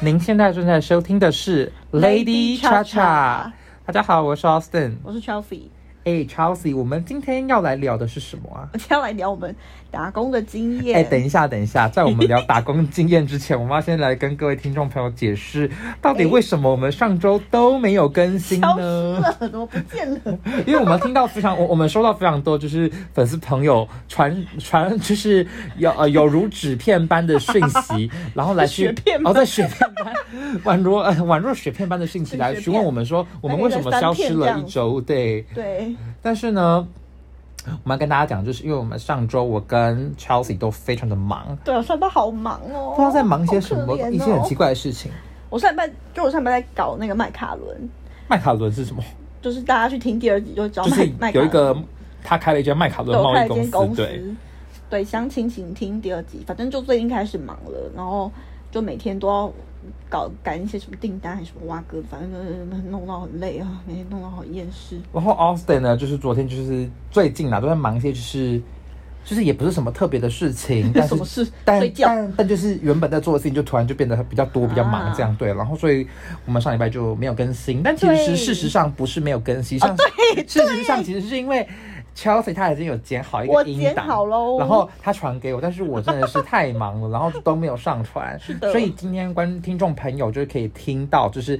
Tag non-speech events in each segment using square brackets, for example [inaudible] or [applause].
您现在正在收听的是 Lady Lady Cha Cha Cha Cha。大家好，我是 Austin。我是 Chelsea， [laughs] 哎、c h e l s e a 我们今天要来聊的是什么啊？我今天要来聊我们打工的经验。哎、等一下，等一 [laughs] 下，在我们聊打工经验之前，我们要先来跟各位听众朋友解释，到底哎为什么我们上周都没有更新消失呢？ [laughs] 了，怎么不见了？ [laughs] 因为我们听到非常，我我们收到非常多，就是粉丝朋友传传，就是有呃有如纸片般的讯 [laughs] 息，然后来去雪片然后在雪片般，宛如呃宛若雪片般的讯息来雪片询问我们说， [laughs] 我们为什么消失了一周？对，对，但是呢。我们要跟大家讲，就是因为我们上周我跟 Chelsea 都非常的忙，对我上班好忙哦，不知道在忙些什好么可怜哦一些很奇怪的事情。我上班就我上班在搞那个麦卡伦，麦卡伦是什么？就是大家去听第二集就知道就麦是哦麦卡有一伦个他开了一间麦卡对伦我贸开易了一间公公司，对，司。对，详情请听第二集。反正就最近开始忙了，然后就每天都要搞赶一些什么订单，还是什么挖哥，反正就是弄到很累啊，每天弄到好厌世。然后 Austin 呢，就是昨天就是最近啊，都在忙一些就是。就是也不是什么特别的事 [laughs] 情，但是什么事但睡觉但但就是原本在做的事情，就突然就变得比较多、比较忙啊这样对。然后所以我们上礼拜就没有更新，但其实对哦事实上不是没有更新，上、事实上其实是因为 Chelsea 他已经有剪好一个我音剪档，好喽然后他传给我，但是我真的是太忙了，然后就都没有上 [laughs] 传。的所以今天观听众朋友就是可以听到，就是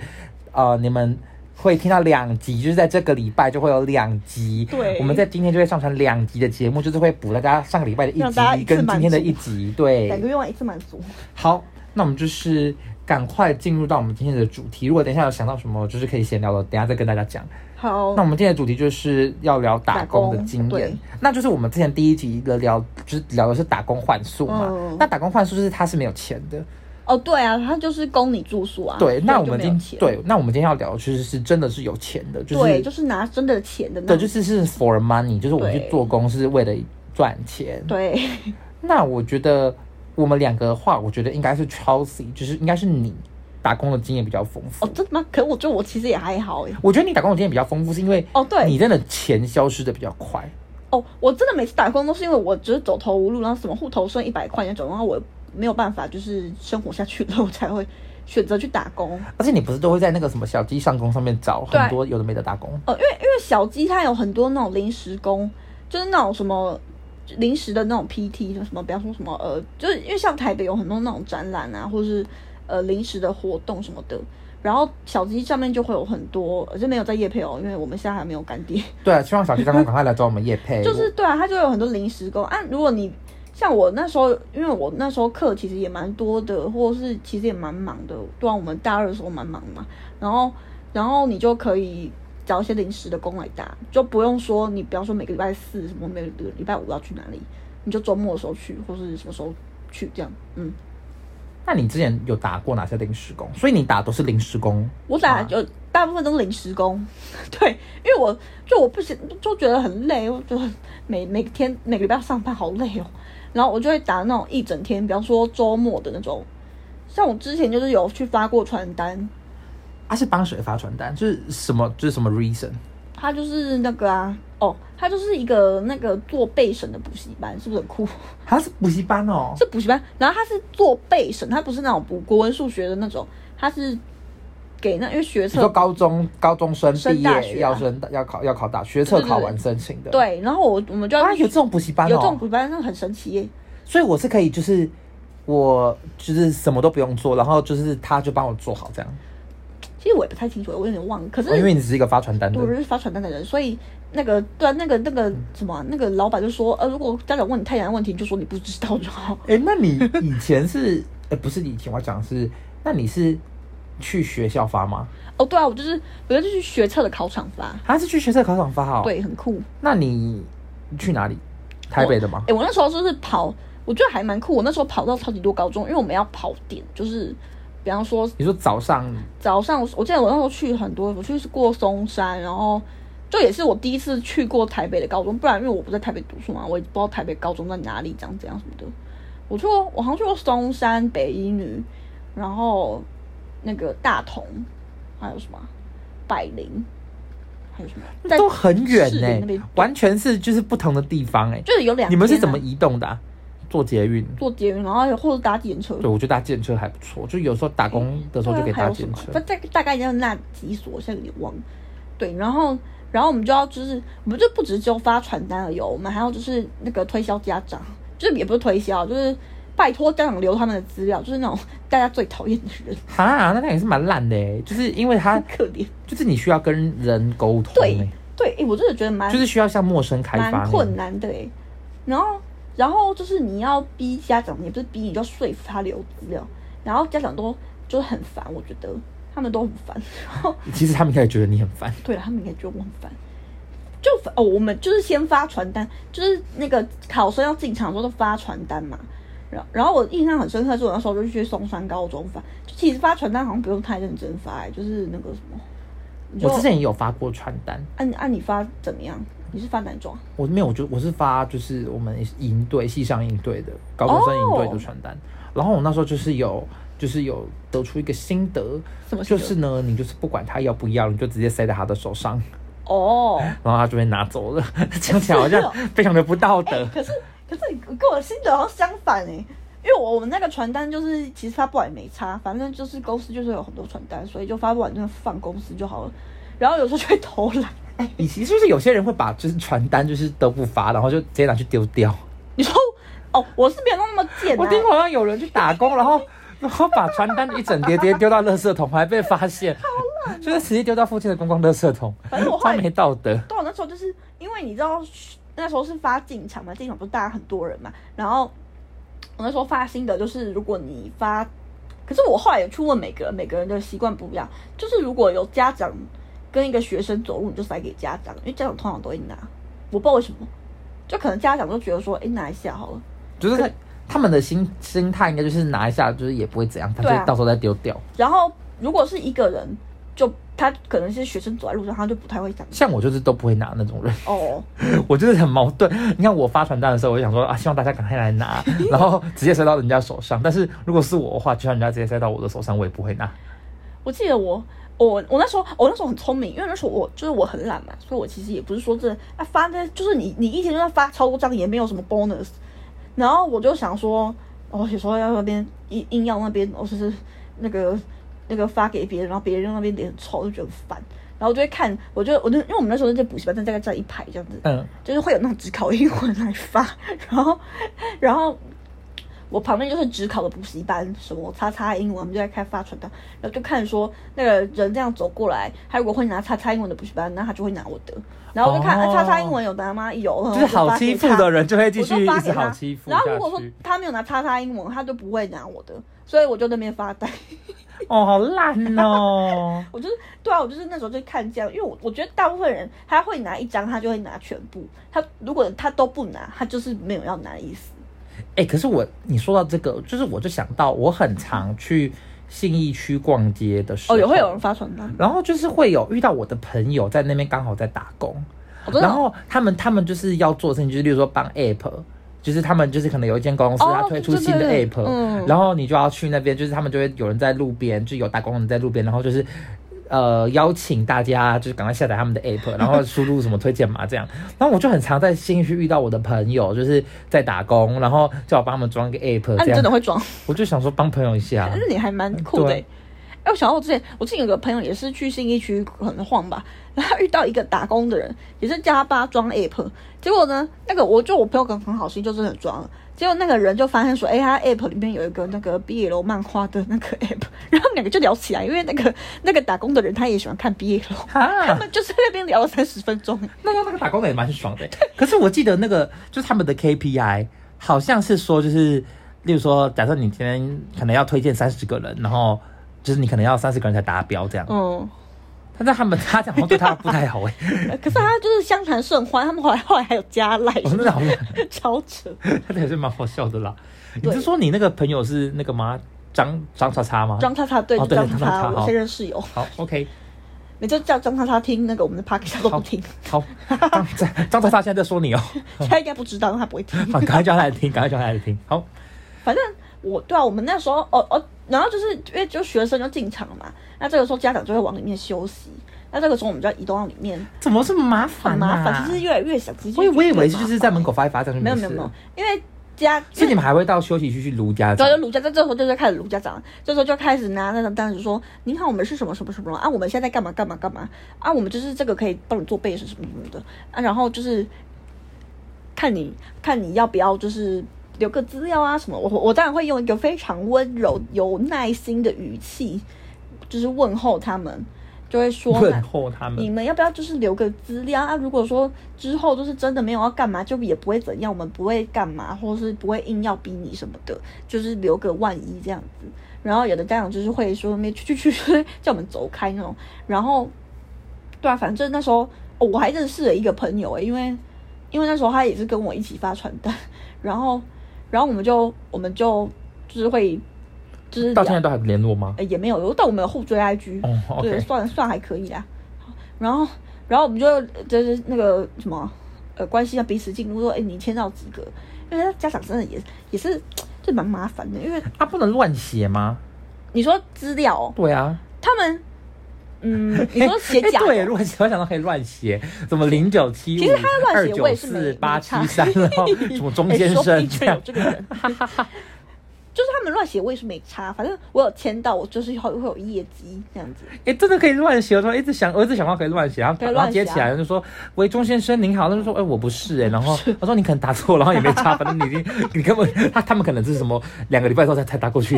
呃你们。会听到两集，就是在这个礼拜就会有两集。对我们在今天就会上传两集的节目，就是会补大家上个礼拜的让大家一集一次跟今满天的足一集。对，两个愿望一次满足。好，那我们就是赶快进入到我们今天的主题。如果等一下有想到什么，就是可以闲聊的，等一下再跟大家讲。好那，我们今天的主题就是要聊打工的经打工验对，那就是我们之前第一集的聊，就是聊的是打工换宿嘛。嗯那打工换宿就是它是没有钱的，哦，对啊，他就是供你住宿啊。对。所以那我就们没有今钱对，那我们今天要聊的其实是真的是有钱的，就是对，就是拿真的钱的那对，种。就是是 for money，就是我们去对做工是为了赚钱。对，那我觉得我们两个的话，我觉得应该是 Chelsea，就是应该是你打工的经验比较丰富。哦，真的吗？可我觉得我其实也还好哎。我觉得你打工的经验比较丰富，是因为哦，对你，真的钱消失的比较快。哦，我真的每次打工都是因为我只是走投无路，然后什么户头剩一百块那种，然后我没有办法就是生活下去了，我才会选择去打工。而且你不是都会在那个什么小鸡上工上面找对很多有的没的打工？哦，因为因为小鸡它有很多那种临时工，就是那种什么。临时的那种 PT，就什么，比方说什么，呃，就是因为像台北有很多那种展览啊，或是呃临时的活动什么的，然后小鸡上面就会有很多，呃就没有在夜配哦，因为我们现在还没有干爹，对啊，希望小鸡上工赶快来找我们叶配。 [laughs] 就是对啊，它就有很多临时工啊。如果你像我那时候，因为我那时候课其实也蛮多的，或者是其实也蛮忙的，对啊，我们大二的时候蛮忙嘛。然后，然后你就可以找一些临时的工来打，就不用说你，比方说每个礼拜四什么，每个礼拜五要去哪里，你就周末的时候去，或是什么时候去这样。嗯，那你之前有打过哪些临时工？所以你打都是临时工。我打啊就大部分都是临时工， [laughs] 对，因为我就我不行，就觉得很累，我就每每天每个礼拜要上班好累哦，然后我就会打那种一整天，比方说周末的那种，像我之前就是有去发过传单，啊，是帮谁发传单？就是什么？就是什么 reason？他就是那个啊，哦，他就是一个那个做备审的补习班，是不是很酷？ [laughs] 他是补习班哦。是补习班，然后他是做备审，他不是那种补国文数学的那种，他是给那因为学你说测高中高中生升毕大业学啊要升要考要考大学测对对考对完申请的。。对，然后我我们就要啊，去有这种补习班哦。有这种补习班，那很神奇耶、所以我是可以，就是我就是什么都不用做，然后就是他就帮我做好这样。其实我也不太清楚，我有点忘了。可是哦因为你只是一个发传单的我，是发传单的人，所以那个对啊，那个那个什么啊，那个老板就说，呃，如果家长问你太难的问题，你就说你不知道就好。 [laughs] 哎、那你以前是哎、不是以前，我要讲的是，那你是去学校发吗？哦，对啊，我就是我就是去学测的考场发，还、是去学测考场发哦？，对，很酷。那你去哪里？台北的吗哎、？我那时候就是跑，我觉得还蛮酷。我那时候跑到超级多高中，因为我们要跑点，就是比方说你说早上早上，我记得我那时候去很多，我去过松山，然后就也是我第一次去过台北的高中，不然因为我不在台北读书嘛，我也不知道台北高中在哪里，这样怎样什么的。我去过，我好像去过松山、北一女，然后那个大同，还有什么啊百灵，还有什么啊？在都很远士呢、林那边完全是就是不同的地方哎、就是有两、啊，你们是怎么移动的啊、坐捷运。坐捷运，然后或者搭电车。对，我觉得搭电车还不错，就有时候打工的时候就可以对啊还搭有什电么车。大大大概就是那几所，现在有点忘了。对，然后然后我们就要就是，我们就不只只有发传单而已哦，我们还要就是那个推销家长，就是也不是推销，就是拜托家长留他们的资料，就是那种大家最讨厌的人，哈，那那也是蛮烂的欸，就是因为他 [laughs] 很可怜。就是你需要跟人沟通对欸，对，哎，我真的觉得蛮就是需要向陌生开发蛮欸，困难的哎。然后，然后就是你要逼家长，也不是逼你，就说服他留资料。然后家长都就是很烦，我觉得他们都很烦。然后，其实他们应该也觉得你很烦，对了，他们应该觉得我很烦。就反哦，我们就是先发传单，就是那个考生要进场的时候都发传单嘛。然然后我印象很深刻，是我那时候就去松山高中发，就其实发传单好像不用太认真发、欸，就是那个什么，你就我之前也有发过传单，按按你发怎么样？你是发男装？我没有，我就我是发就是我们营队系上营队的高中生营队哦的传单，然后我那时候就是有就是有得出一个心得，什么心就得是呢，你就是不管他要不要，你就直接塞在他的手上，哦，然后他就被拿走了， [laughs] 讲起来好像非常的不道德。哎可是可是你跟我的心得好像相反哎、因为我我们那个传单就是其实发不完也没差，反正就是公司就是有很多传单，所以就发不完就放公司就好了。然后有时候就会偷懒，以及就是有些人会把就是传单就是都不发，然后就直接拿去丢掉。 [laughs] 你说哦，我是没有那么贱、啊，我听过好像有人去打工，然后然后把传单一整叠叠丢到垃圾桶，还被发现，哦就是直接丢到附近的公共垃圾桶，反正我后超来没道德。但我那时候就是因为你知道那时候是发进场嘛，进场不是大家很多人嘛，然后我那时候发心得就是如果你发，可是我后来有去问每个人，每个人的习惯不一样，就是如果有家长跟一个学生走路，你就塞给家长，因为家长通常都会拿，我不知道为什么，就可能家长就觉得说，哎、拿一下好了，就是他他们的心心态应该就是拿一下，就是也不会怎样，他对啊就到时候再丢掉。然后如果是一个人，就他可能是学生走在路上，他就不太会想像我就是都不会拿那种人， [laughs] 哦，我就是很矛盾。你看我发传单的时候，我就想说啊，希望大家赶快来 [laughs] 拿，然后直接塞到人家手上。但是如果是我的话，就算人家直接塞到我的手上，我也不会拿。我记得我我我那时候我那时候很聪明，因为那时候我就是我很懒嘛，所以我其实也不是说真的啊发那就是你你一天就算发超过张也没有什么 bonus，然后我就想说，哦，有时候要那边硬硬要那边，我、哦就是那个那个发给别人，然后别人那边脸很臭，就觉得很烦。然后我就会看，我就我就因为我们那时候在补习班，但大概站一排这样子，嗯，就是会有那种只考英文来发， [laughs] 然后然后我旁边就是只考的补习班，什么叉叉英文，我们就在开发传单，然后就看说那个人这样走过来，他如果会拿叉叉英文的补习班，那他就会拿我的，然后我就看、哦啊、叉叉英文有拿吗？有，就是好欺负的人。人就会继哦我续就发一给直他好欺，负然下后如果说去。他没有拿叉叉英文，他就不会拿我的，所以我就那边发呆。哦，好烂 [laughs] 哦！我就是对啊，我就是那时候就看这样，因为我我觉得大部分人他会拿一张，他就会拿全部。他如果他都不拿，他就是没有要拿的意思。哎、可是我你说到这个，就是我就想到我很常去信义区逛街的时候，哦，也会有人发传单，然后就是会有遇到我的朋友在那边刚好在打工，哦、真的然哦后他们他们就是要做的事情，就是例如说帮 app，就是他们就是可能有一间公司哦它推出新的对对对 app，、嗯然后你就要去那边，就是他们就会有人在路边，就有打工人在路边，然后就是。呃，邀请大家就是赶快下载他们的 app，然 [laughs] 后输入什么推荐码这样。然后我就很常在新区遇到我的朋友，就是在打工，然后叫我帮他们装一个 app，啊，这你真的样。会装，我就想说帮朋友一 [laughs] 下但，是你还蛮酷的、对欸。哎、我想到我之前，我之前有个朋友也是去信义区可能晃吧，然后他遇到一个打工的人，也是叫他帮他装 app，结果呢，那个我就我朋友可能很好心，就真的装了。结果那个人就发现说，哎、他 app 里面有一个那个 BL 漫画的那个 app，然后 [laughs] 他们两个就聊起来，因为那个那个打工的人他也喜欢看 BL，他啊 [laughs] 哈，们就是在那边聊了三十分钟、欸那那那个打工的也蛮爽的欸。 [laughs] 可是我记得那个就是他们的 KPI 好像是说，就是例如说，假设你今天可能要推荐三十个人，然后就是你可能要三十个人才达标这样。嗯，但是他们 [laughs] 他讲好像对他不太好 [laughs] 哎、可是他就是相谈甚欢，他们后来后来还有加赖，我真的好像超扯。他这也是蛮好笑的啦。你对是说你那个朋友是那个吗？张张叉叉吗？张叉叉对，哦就对张张叉叉叉叉，我好现任室友，好，OK，你就叫张叉叉听那个我们的 p o d c a s t 都不听，好，张张张叉叉现在在说你哦、 [laughs] 他应该不知道，他不会听。好，赶快叫他来听，赶快叫他来听。好，反正我对啊，我们那时候哦哦，然后就是因为就学生就进场了嘛，那这个时候家长就会往里面休息，那这个时候我们就要移动到里面，怎么这么麻很烦、啊？麻烦，就是越来越想直接。我以我以为就是在门口发一发这样就没有事没有没有了，因为家，所以你们还会到休息区去撸家长然后就卢家，在这时候就在开始卢家长，这时候就开始拿那张单子说：“您好，我们是什么什么什么啊？我们现在干嘛干嘛干嘛啊？我们就是这个可以帮你做备审什么什么的啊。”然后就是看你看你要不要就是留个资料啊什么。我我当然会用一个非常温柔、有耐心的语气，就是问候他们，就会 [laughs] 说问候他你们？们要不要就是留个资料啊？如果说之后就是真的没有要干嘛，就也不会怎样，我们不会干嘛，或是不会硬要逼你什么的，就是留个万一这样子。然后有的家长就是会说没去去去，叫我们走开那种。然后，对啊，反正那时候、哦我还认识了一个朋友诶、欸因为因为那时候他也是跟我一起发传单， [laughs] 然后然后我们就我们就就是会就是到聊现在都还联络吗？呃也没有，但我们有互追 IG，、哦嗯对， ，OK，算算还可以啦。然后，然后我们就就是那个什么，呃，关系要彼此进入说，哎，你签到几个？因为家长真的也也是这蛮麻烦的，因为啊，不能乱写吗？你说资料哦，对啊，他们，嗯， [laughs] 你说写假哎对，的，如果写，我想到可以乱写，什么零九七其五实他二乱写我九也是没四没八七差三，然 [laughs] 后什么中哎间说不生这定就有样，这个人。 [laughs] 就是他们乱写，我也是没差，反正我有签到，我就是会会有业绩这样子。哎、真的可以乱写。我说一直想，我一直想到可以乱写，然后可以乱然后接写啊起来就说：“喂，钟先生您好。”他就说：“哎、我不是哎、 [laughs] 然后他说：“你可能打错，然后也没差，反正你已经 [laughs] 你根本他他们可能是什么两个礼拜之后才才打过 [laughs] 去。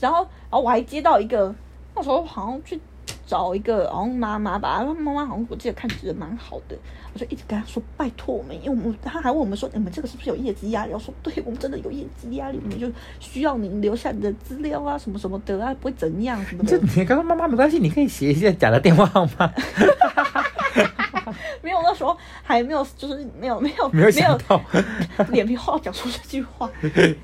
然后，然后我还接到一个，那时候好像去找一个，好像妈妈吧，她妈妈好像我记得看起来蛮好的，我就一直跟她说拜托我们，因为我们她还问我们说，你们这个是不是有业绩压力？我说对，我们真的有业绩压力，我们就需要您留下你的资料啊，什么什么的啊，不会怎样什么就的。你刚刚妈妈没关系，你可以写一些假的电话号码，没有那时候还没有，就是没有没有没有想到。 [laughs] 脸皮厚到讲出这 [laughs] 句话，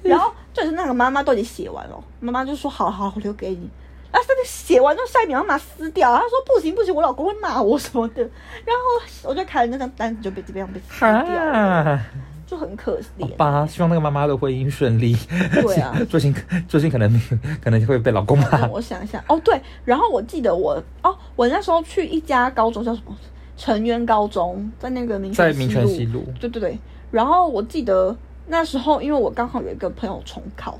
然后就是那个妈妈都已经写完了，妈妈就说好好，我留给你。啊，真的写完之后，下一秒要把它撕掉。她说不行不行，我老公会骂我什么的。然后我就开了那张单子，就被这样被撕掉了，哈，就很可啊好怜。吧，希望那个妈妈的婚姻顺利。对啊，最近最近可能可能会被老公骂让。我想一下，哦对，然后我记得我哦，我那时候去一家高中叫什么成渊高中，在那个民在权民权西路。路，对对对，然后我记得那时候，因为我刚好有一个朋友重考，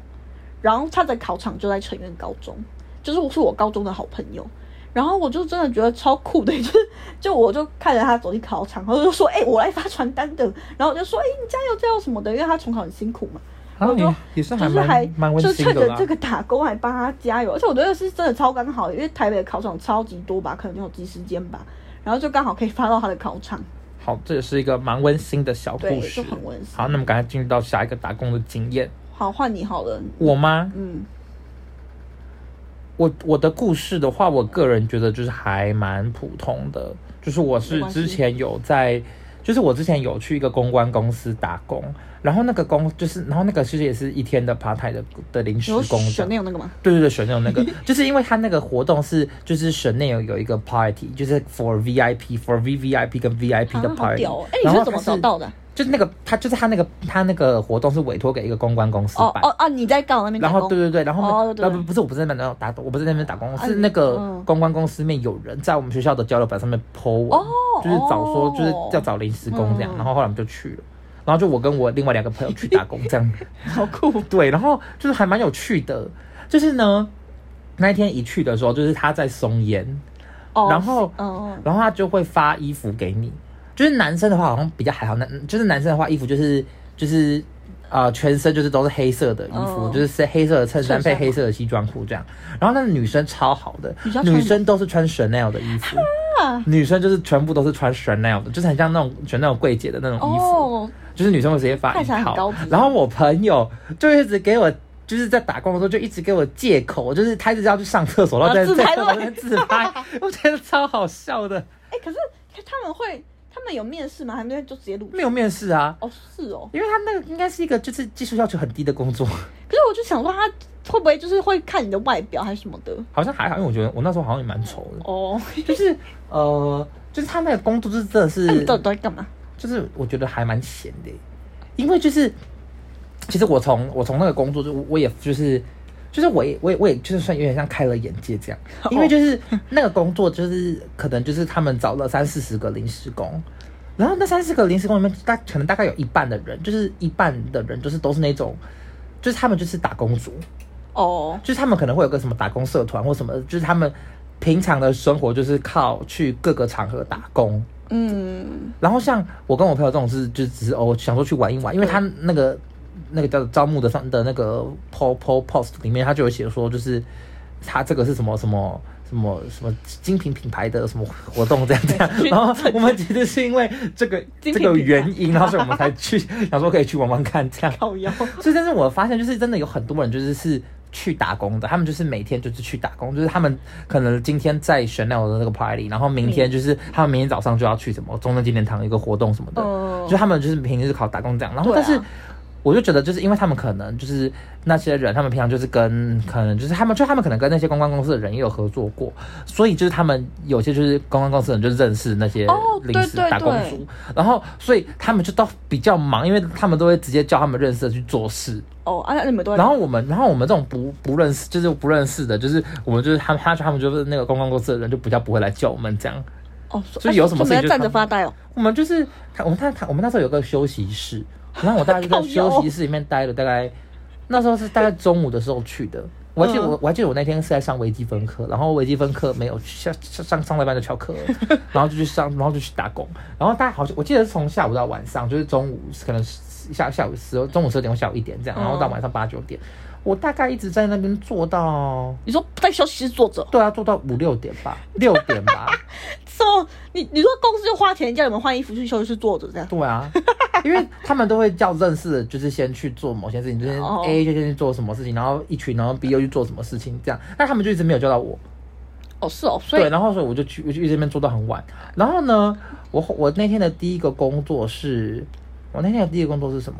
然后他的考场就在成员高中，就是我是我高中的好朋友。然后我就真的觉得超酷的，就是 [laughs] 就我就看着他走进考场，然后就说：“哎、我来发传单的。”然后我就说：“哎、你加油加油什么的，因为他重考很辛苦嘛。”然后我就啊你也是还嗯哦就是还蛮蛮温就馨趁的着啦这。个打工还帮他加油，而且我觉得是真的超刚好的，因为台北的考场超级多吧，可能有几十间吧，然后就刚好可以发到他的考场，好，这也是一个蛮温馨的小对哦故，事就。很温馨。好，那么赶快进入到下一个打工的经验。好，换你好了。我吗？嗯，我我的故事的话，我个人觉得就是还蛮普通的，就是我没是关系之前有在，就是我之前有去一个公关公司打工，然后那个工就是，然后那个其实也是一天的 part time 的的临时有工这样选那种那个吗？对对对，选那种 [laughs] 那个，就是因为他那个活动是，就是选内有有一个 party，就是 for VIP、for VVIP 跟 VIP 的啊好 party 屌哦！哎、然你后是怎么它找到的？就是那个他就是他那个他那个活动是委托给一个公关公司哦办。哦啊！你在港那边打然工？后对对对，然后哦呢对对不不是我不是在那边打工，我不是在那边打工，啊是你那个嗯公关公司里面有人在我们学校的交流板上面 po 文，哦就是找说就是哦要找临时工这样，嗯然后后来我们就去了，然后就我跟我另外两个朋友去打工这样， [laughs] 好酷！对，然后就是还蛮有趣的，就是呢那一天一去的时候，就是他在松烟，哦，然后嗯，然后他就会发衣服给你。就是男生的话好像比较还好，男就是男生的话衣服就是就是呃全身就是都是黑色的衣服，哦就是是黑色的衬衫衬衫配黑色的西装裤这样。然后那个女生超好的女生，穿女生都是穿 Chanel 的衣服，啊女生就是全部都是穿 Chanel 的，就是很像那种 Chanel 柜姐的那种衣服。哦，就是女生会直接发一看起来很高套级，然后我朋友就一直给我。就是在打工的时候就一直给我借口，就是他一直要去上厕所，然后在啊自在拍厕所那边自拍，我觉得超好笑的。哎、可是他们会，他们有面试吗？还没就直接录？没有面试啊，哦，是哦。因为他那个应该是一个就是技术要求很低的工作， [laughs] 可是我就想说，他会不会就是会看你的外表还是什么的？好像还好，因为我觉得我那时候好像也蛮丑的，哦，就是呃，就是他那个工作就是真的那你是到，底都在干嘛？就是我觉得还蛮闲的，因为就是其实我从我从那个工作就我也就是。就是我也我也我也就是算有点像开了眼界这样，因为就是那个工作就是可能就是他们找了三四十个临时工，然后那三四个临时工里面，大可能大概有一半的人，就是一半的人，就是都是那种，就是他们就是打工族，哦，就是他们可能会有个什么打工社团或什么，就是他们平常的生活就是靠去各个场合打工。嗯，然后像我跟我朋友这种是，就只是哦想说去玩一玩，因为嗯他那个、那个叫招募的上的那个 po po post 里面，他就有写说，就是他这个是什么什么。什么什么精品品牌的什么活动这样这 [laughs] 样，然后我们其实是因为这个精品这个品牌原因，然后所以我们才去想说可以去玩玩看这样。靠腰，所以，但是我发现就是真的有很多人就是是去打工的，他们就是每天就是去打工，就是他们可能今天在 Chanel 的那个 party，然后明天嗯就是他们明天早上就要去什么中正纪念堂一个活动什么的，嗯就他们就是平时考打工这样，然后对但啊是。我就觉得，就是因为他们可能就是那些人，他们平常就是跟可能就是他们，就他们可能跟那些公关公司的人也有合作过，所以就是他们有些就是公关公司的人就认识那些哦临时对对打工对族，然后所以他们就都比较忙，因为他们都会直接叫他们认识的去做事。哦，啊，你们都在然后我们，然后我们这种不不认识，就是不认识的，就是我们就是他们，他他们就是那个公关公司的人，就比较不会来叫我们这样。哦，所以有什么啊事情你们在就站着他们发呆哦，我们就是他，我们他他我们那时候有个休息室，然后我大概就在靠腰休息室里面待了大概，那时候是大概中午的时候去的。我还记得我、我还记得我那天是在上微积分课，然后微积分课没有下上上上了班就翘课了，然后就去上，然后就去打工，然后大家好像我记得是从下午到晚上，就是中午可能下下午十中午十二点或下午一点这样，然后到晚上八九点，我大概一直在那边做到。你说在休息室坐着，对啊，做到五六点吧，六点吧，什么？你你说公司就花钱叫你们换衣服去休息室坐着这样？对啊，因为他们都会叫认识的，就是先去做某些事情，就是哦 A 就先去做什么事情，然后一群，然后 B 又去做什么事情，这样。但他们就一直没有叫到我，哦，是哦，所以对，然后所以我就去，我就一直在那边做到很晚。然后呢，我我那天的第一个工作是，我那天的第一个工作是什么？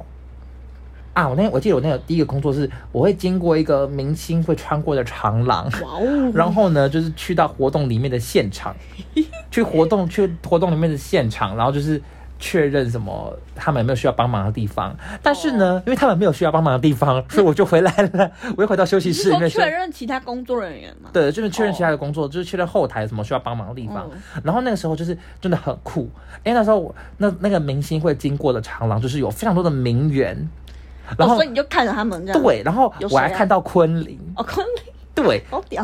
啊，我那天我记得我那个第一个工作是，我会经过一个明星会穿过的长廊，哇哦，然后呢，就是去到活动里面的现 [laughs] 场，去活动去活动里面的现场，然后就是确认什么他们有没有需要帮忙的地方。但是哦呢，因为他们没有需要帮忙的地方，所以我就回来了，我又回到休息你室是里说面确去。认其哦他工作人员吗？对，就是确认其他的工作就是确认后台什么需要帮忙的地方。嗯然后那个时候就是真的很酷，因为那时候我那那个明星会经过的长廊，就是有非常多的名媛，然哦，后、所以你就看着他们这样。，对，然后有谁我还啊看到昆凌，哦，昆凌对，好屌，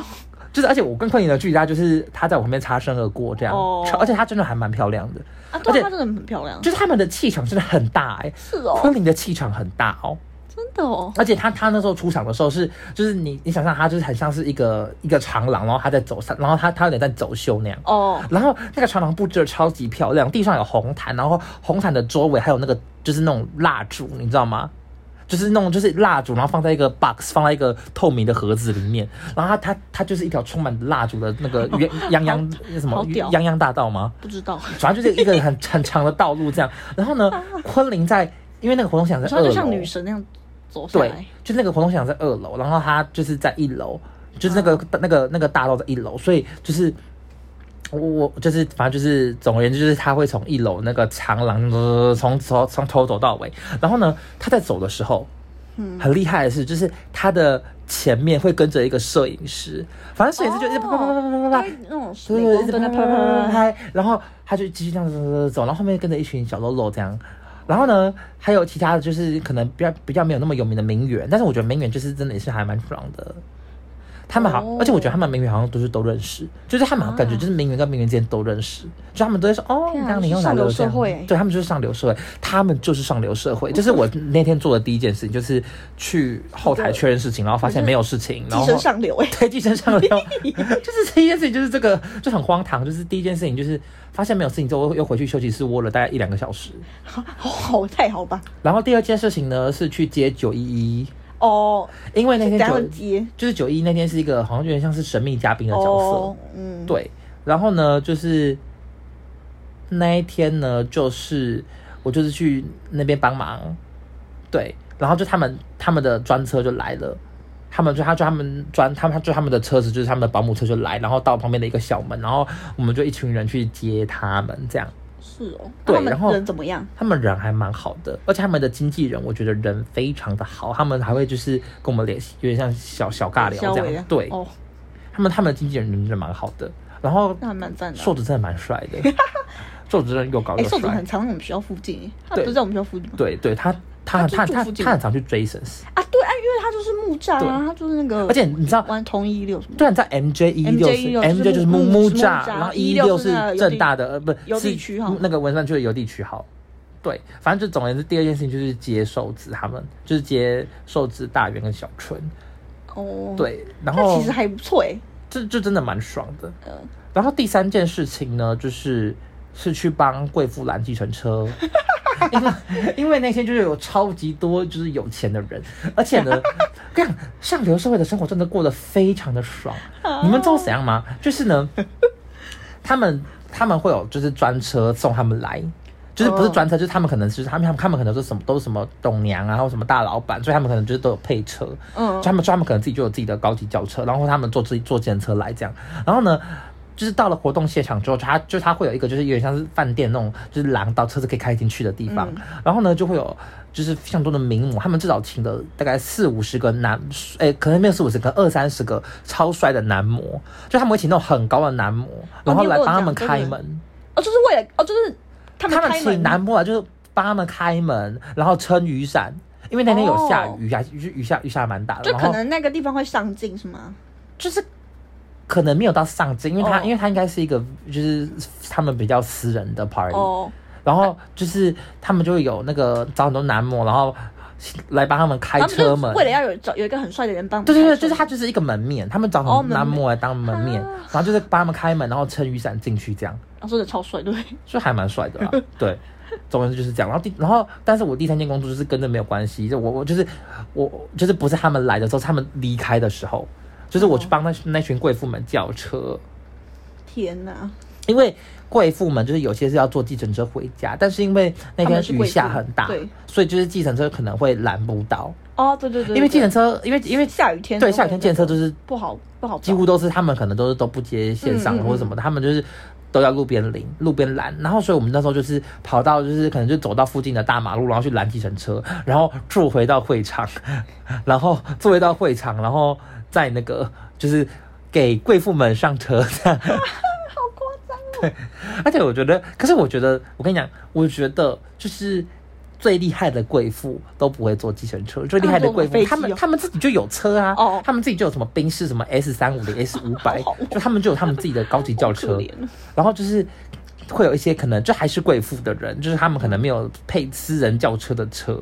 就是，而且我跟昆凌的距离，她就是她在我旁边擦身而过这样，哦而且她真的还蛮漂亮的，啊，而且对啊，她真的很漂亮，就是他们的气场真的很大哎、是哦，昆凌的气场很大哦，真的哦，而且她她那时候出场的时候是，就是你你想象她就是很像是一个一个长廊，然后她在走上，然后她她有点在走秀那样。哦，然后那个长廊布置的超级漂亮，地上有红毯，然后红毯的周围还有那个就是那种蜡烛，你知道吗？就是那种就是蜡烛，然后放在一个 box，放在一个透明的盒子里面，然后它它它就是一条充满蜡烛的那 [laughs] 个鸳泱泱那什么好屌泱泱大道吗？不知道，反正就是一个很 [laughs] 很长的道路这样。然后呢，昆凌在因为那个活动想在她二楼，就像女神那样走下对来，，就那个活动现场在二楼，然后他就是在一楼，就是那个、嗯那个那个大道在一楼，所以就是我我就是反正就是总而言之就是他会从一楼那个长廊呃从从从头走到尾，然后呢他在走的时候。嗯很厉害的是，就是他的前面会跟着一个摄影师，反正摄影师就一直哦啪啪啪啪啪啪啪她，那种对镁对，一光直灯拍在拍啪拍啪啪拍啪啪，拍，然后他就继续这样走走走走，然后后面跟着一群小喽啰这样。然后呢，还有其他的就是可能比较比较没有那么有名的名媛，但是我觉得名媛就是真的也是还蛮爽的。他们好，哦而且我觉得他们名媛好像都是都认识，就是他们好像感觉啊就是名媛跟名媛之间都认识，就他们都会说哦，天你啊当你是用哪上流流这社样会欸对他们就是上流社会，他们就是上流社会。这是我那天做的第一件事情，就是去后台确认事情，然后发现没有事情，然寄后生上流哎，对，寄生上流， [laughs] 就是第一件事情，就是这个就很荒唐，就是第一件事情就是发现没有事情之后，又回去休息室窝了大概一两个小时。好好太好吧，然后第二件事情呢是去接九一一，哦，因为那天怎样九的接就是九一一那天是一个好像有点像是神秘嘉宾的角色，哦，嗯，对。然后呢，就是那一天呢，就是我就是去那边帮忙，对。然后就他们他们的专车就来了。他们就他就他们专他们就他们的车子就是他们的保姆车就来，然后到旁边的一个小门，然后我们就一群人去接他们，这样是哦，那对他们然后人怎么样？他们人还蛮好的，而且他们的经纪人我觉得人非常的好，他们还会就是跟我们联系，有点像小小尬聊肖这伟样啊，对，哦，他们他们的经纪人人真的蛮好的，然后那还蛮赞的啊， [laughs] 瘦子真的蛮帅的。瘦子真的又高哎、又瘦子帅很。常在我们学校附近耶，他对不是在我们学校附近吗？对对，他他就他住他附近他很常去 Jasons，啊，对啊，因为他就是木栅啊，对他就是那个，而且你知道，玩同一六什么的，对，你知道 MJ 一 E 六 MJ 是116 MJ 就是是木 E 木木木栅，栅然后一六是116是那个邮正地大的，呃，不是邮地是区哈那个文山区的邮地区号。对，反正就总而言之，第二件事情就是接瘦子他们，就是接瘦子大元跟小春。哦，，对，然那后其实还不错哎、这这真的蛮爽的。呃，然后第三件事情呢，就是是去帮贵妇拦计程车，因为因为那天就是有超级多就是有钱的人，而且呢，这样上流社会的生活真的过得非常的爽。你们知道怎样吗？就是呢，他们他们会有就是专车送他们来。就是不是哦专车，就是他们可能就是他们他们他们可能说什么都是什么董娘啊，或什么大老板，所以他们可能就是都有配车。嗯就他们就他们可能自己就有自己的高级轿车，然后他们坐自己坐电车来这样，然后呢。就是到了活动现场之后，他就他会有一个就是有点像是饭店那种，就是廊道车子可以开进去的地方。嗯然后呢，就会有就是非常多的名模，他们至少请了大概四五十个男，诶、可能没有四五十个，二三十个超帅的男模，就他们会请那种很高的男模，然后你有来跟我帮他讲们过开这个门。哦，就是为了哦，就是他们他们开请门男模啊，就是帮他们开门，然后撑雨伞，因为那天有下雨啊，雨雨下雨下蛮大的，哦就然可后能那个地方会上镜是吗？就是可能没有到上镜，因为他、哦因为他应该是一个就是他们比较私人的 party，、哦，然后就是他们就会有那个找很多男模，然后来帮他们开他们车就门为。了要有找有一个很帅的人帮，对对对，就是他，就是一个门面，他们找很多哦门面男模来当门面，啊然后就是帮他们开门，然后撑雨伞进去这样。他哦说的超帅，对，就还蛮帅的 [laughs] 啦。对，总而言之就是这样。然后第，然后，但是我第三件工作就是跟这没有关系，就我我就是我就是不是他们来的时候，是他们离开的时候，就是我去帮那、那群贵妇们叫车，天哪，因为贵妇们就是有些是要坐计程车回家，但是因为那他天们是雨贵妇下很大对，所以就是计程车可能会拦不到，哦，对对对，因为计对程车因为因为下雨天对都下雨天会那计程车个就是不好不好找，几乎都是他们可能都是都不接线上嗯嗯或者什么的，他们就是都要路边领、路边拦。然后所以我们那时候就是跑到就是可能就走到附近的大马路，然后去拦计程车，然后坐回到会场，然后坐回到会场，然后在那个就是给贵妇们上车。这样好夸张，哦而且我觉得，可是我觉得，我跟你讲，我觉得就是。最厉害的贵妇都不会坐计程车，最厉害的贵妇，他他们坐飞机哦们他们自己就有车啊，哦他们自己就有什么宾士什么 S 三五零 S 五百 [laughs] 好好，就他们就有他们自己的高级轿好车 [laughs] 可，怜，啊然后就是会有一些可能就还是贵妇的人，就是他们可能没有配私人轿车的车，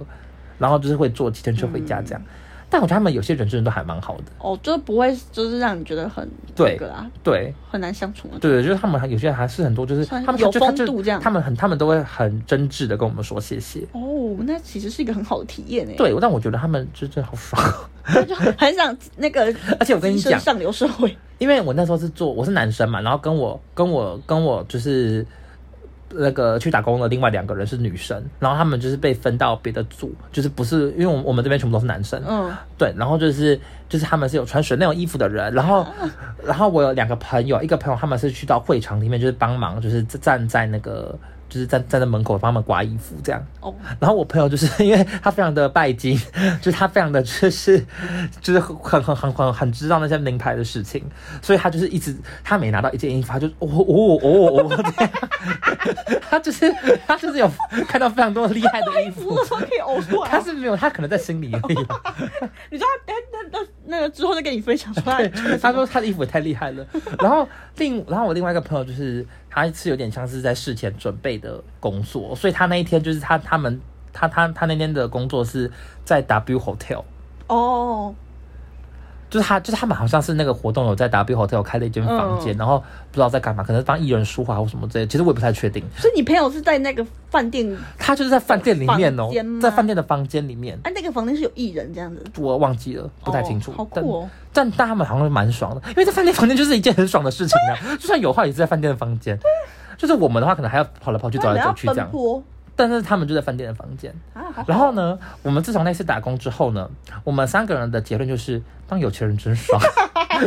然后就是会坐计程车回家这嗯样。但我觉得他们有些人真的都还蛮好的，哦，就不会就是让你觉得很对那个啦，对很难相处的，啊对，就是他们有些人还是很多，就是算是他们有就他风就度这样他们很他们都会很真挚的跟我们说谢谢。哦，那其实是一个很好的体验欸诶，，对，但我觉得他们就真的好爽，就很想那个而且我跟你提讲升，上流社会，因为我那时候是做我是男生嘛，然后跟我跟我跟我就是那个去打工的另外两个人是女生，然后他们就是被分到别的组，就是不是因为我们我们这边全部都是男生， [laughs] 嗯，对，然后就是就是他们是有穿水那种衣服的人，然后然后我有两个朋友，一个朋友他们是去到会场里面就是帮忙，就是站在那个就是站站在门口帮他们刮衣服这样，哦，然后我朋友就是因为他非常的拜金，就是他非常的就是就是很很很很很知道那些名牌的事情，所以他就是一直他每拿到一件衣服，他就哦哦哦哦这样， [laughs] 他就是他就是有看到非常多厉害的衣服服的，时候可以呕出来他啊，是没有，他可能在心里而已啦。你知道他他他他那个之后再跟你分享出来 [laughs] 对，他说他的衣服也太厉害了。然后另，然后我另外一个朋友就是，他是有点像是在事前准备的工作，所以他那一天就是他他们他他他那天的工作是在 W Hotel，哦，就是他就是他们好像是那个活动有在 W Hotel 开了一间房间，嗯然后不知道在干嘛，可能帮艺人说话或什么之类的，其实我也不太确定。所以你朋友是在那个饭店，啊他就是在饭店里面哦房间，吗在饭店的房间里面。啊，那个房间是有艺人这样子，我忘记了，不太清楚。哦好酷哦但但他们好像蛮爽的，因为在饭店房间就是一件很爽的事情 [laughs] 啊。就算有话也是在饭店的房间，就是我们的话可能还要跑来跑去、走来走去这他们要奔样。波但是他们就在饭店的房间。啊， [laughs] 好好然后呢，我们自从那次打工之后呢，我们三个人的结论就是，当有钱人真 [laughs] 爽。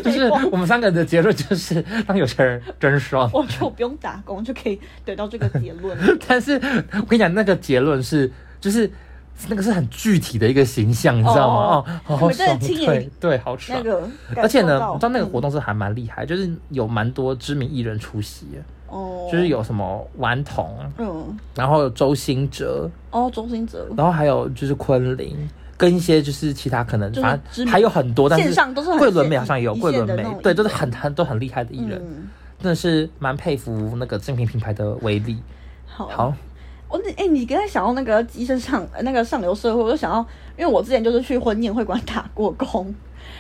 就是我们三个人的结论就是，当有钱人真 [laughs] 爽。我就不用打 [laughs] 工就可以得到这个结论了。但是我跟你讲，那个结论是，就是那个是很具体的一个形象，你知道哦吗？哦，好我真的爽，亲眼对对，好爽那。个感而且受呢，到你知道那个活动是还蛮厉害，就是有蛮多知名艺人出席，嗯哦，就是有什么顽童，嗯然后有周兴哲，哦，周星哲然后还有就是昆凌，跟一些就是其他可能，就是反知正名还有很多，但线是上都是很桂纶镁线好像也有一桂纶线的那镁种，对，都艺是人很很都很厉害的艺人，嗯，真的是蛮佩服那个精品品牌的威力。好好，我那哎、你刚才想到那个医生上呃那个上流社会，我就想到，因为我之前就是去婚宴会馆打过工，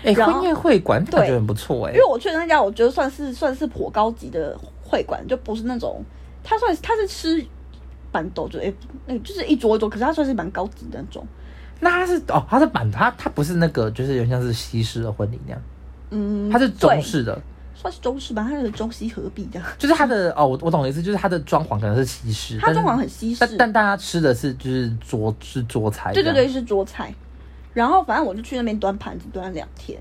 哎，然后婚宴会馆感觉对很不错哎因为，我去的那家，我觉得算是算是颇高级的会馆，就不是那种，它算它是吃板豆，就哎、那个就是一桌一桌，可是它算是蛮高级的那种，那它是哦，它是板，它它不是那个，就是有点像是西式的婚礼那样，嗯，它是中对式的，算是中式吧，它是中西合璧这样，就是它的哦，我我懂的意思，就是它的装潢可能是西式，它但是中潢很西式，但但大家吃的是就是桌是桌菜，对对对，，是桌菜。然后反正我就去那边端盘子，端了两天，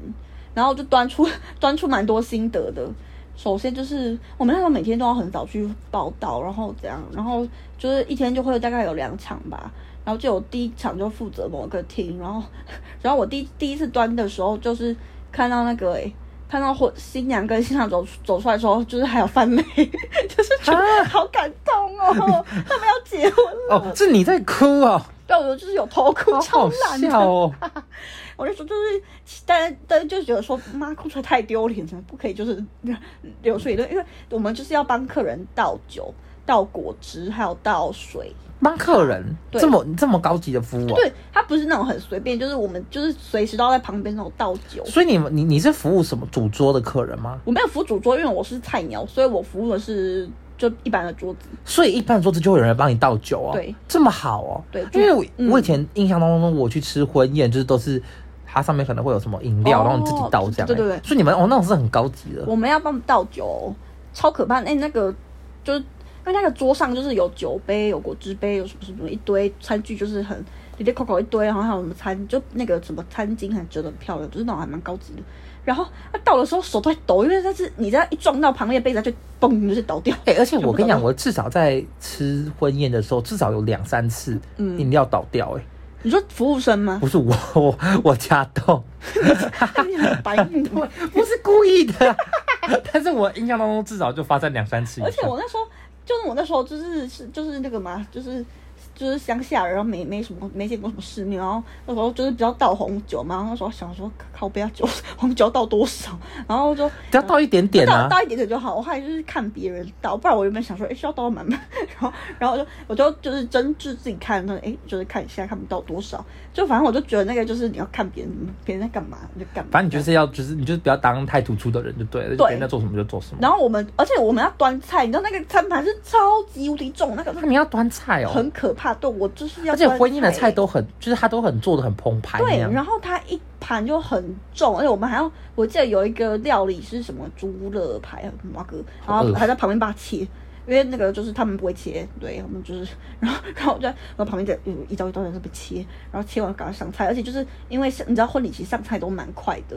然后就端出 [laughs] 端出蛮多心得的。首先就是我们那时候每天都要很早去报道，然后怎样，然后就是一天就会大概有两场吧。然后就有第一场就负责某个厅，然后 [laughs] 然后我第第一次端的时候，就是看到那个诶、看到婚新娘跟新郎走走出来的时候，就是还有泛泪， [laughs] 就是觉啊得好感动哦， [laughs] 他们要结婚了。 [laughs] 哦，是你在哭哦，对，我就是有偷哭，超好懒的。笑哦，我就说就是，但但就觉得说，妈哭出来太丢脸了，不可以就是流水的，因为我们就是要帮客人倒酒、倒果汁，还有倒水。帮客人对这么这么高级的服务、哦，对，它不是那种很随便，就是我们就是随时都要在旁边那种倒酒。所以你们你你是服务什么主桌的客人吗？我没有服主桌，因为我是菜鸟，所以我服务的是就一般的桌子。所以一般桌子就会有人来帮你倒酒哦，对，这么好哦，对因为我、嗯我以前印象当中我去吃婚宴就是都是。它上面可能会有什么饮料，哦然后你自己倒这样、对对对所以你们哦，那种是很高级的。我们要帮倒酒哦、超可怕！哎、那个就是因为那个桌上就是有酒杯、有果汁杯、有什么什么一堆餐具，就是很里里口口一堆，然后还有什么餐，就那个什么餐巾还折得很漂亮，就是那种还蛮高级的。然后他倒的时候手都在抖，因为但是你这样一撞到旁边的杯子，它就嘣就是倒掉。哎、而且我跟你全部倒讲，掉我至少在吃婚宴的时候，至少有两三次嗯饮料倒掉、哎、你说服务 [laughs] 生吗？不是我，我我家栋，你很白目。不是故意的。 [laughs] 但是我印象当中至少就发生两三次以上。而且我那时候，就是我那时候就是是就是那个嘛，就是就是乡下人，然后没没什么没见过什么世面，然后那时候就是比较倒红酒嘛，然后那时候想说靠不要酒红酒倒多少，然后就只要倒一点点倒啊，倒一点点就好。我后来就是看别人倒，不然我原本想说哎、需要倒满满， [laughs] 然后然后我就我就就是真挚自己看，那哎、就是看一下看不到多少，就反正我就觉得那个就是你要看别人别人在干嘛你就干嘛，反正你就是要，就是你就是不要当太突出的人就对了，就别人在做什么就做什么。然后我们，而且我们要端菜，你知道那个餐盘是超级无敌重，那个那你要端菜哦，很可怕。对我就是要而端欸，且婚宴的菜都很，就是它都很做的很澎湃那对，啊样。然后它一盘就很重，而且我们还要，我记得有一个料理是什么猪肋排还是什么个，然好饿后还在旁边把它切，因为那个就是他们不会切，对他们就是，然后然后我就在我旁边在嗯一刀一刀在那边切，然后切完赶快上菜，而且就是因为像你知道婚礼其实上菜都蛮快的，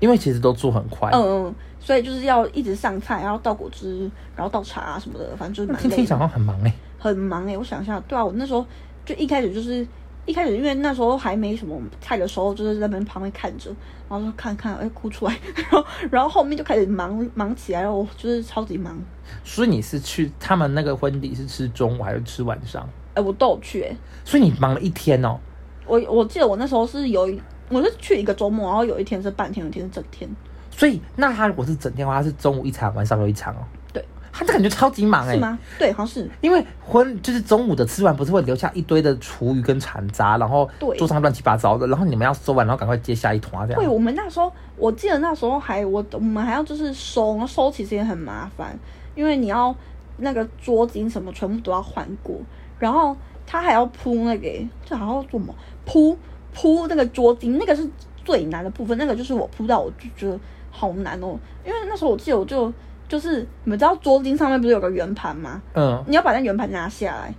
因为其实都做很快。嗯嗯，所以就是要一直上菜，然后倒果汁，然后倒茶、啊、什么的，反正就是那蛮听累听的小。像很忙哎、很忙哎、我想一下，对啊，我那时候就一开始就是一开始，因为那时候还没什么菜的时候，就是在那边旁边看着，然后就看看，哎、哭出来， [laughs] 然后然后后面就开始忙忙起来，然后我就是超级忙，所以你是去他们那个婚礼是吃中午还是吃晚上？哎、我都有去哎、所以你忙了一天哦。我我记得我那时候是有一，我是去一个周末，然后有一天是半天，有一天是整天，所以那他如果是整天的话，他是中午一场，晚上又一场哦。对，他这感觉超级忙哎、是吗？对，好像是，因为婚就是中午的吃完，不是会留下一堆的厨余跟残渣，然后对桌上乱七八糟的，然后你们要收完，然后赶快接下一团这对，样。我们那时候，我记得那时候还我我们还要就是收，然后收其实也很麻烦，因为你要那个桌巾什么全部都要换过，然后他还要铺那个，这还要做什么？铺铺那个桌巾，那个是最难的部分，那个就是我铺到我就觉得好难哦，因为那时候我记得我就就是你们知道桌巾上面不是有个圆盘吗？嗯，你要把那圆盘拿下来，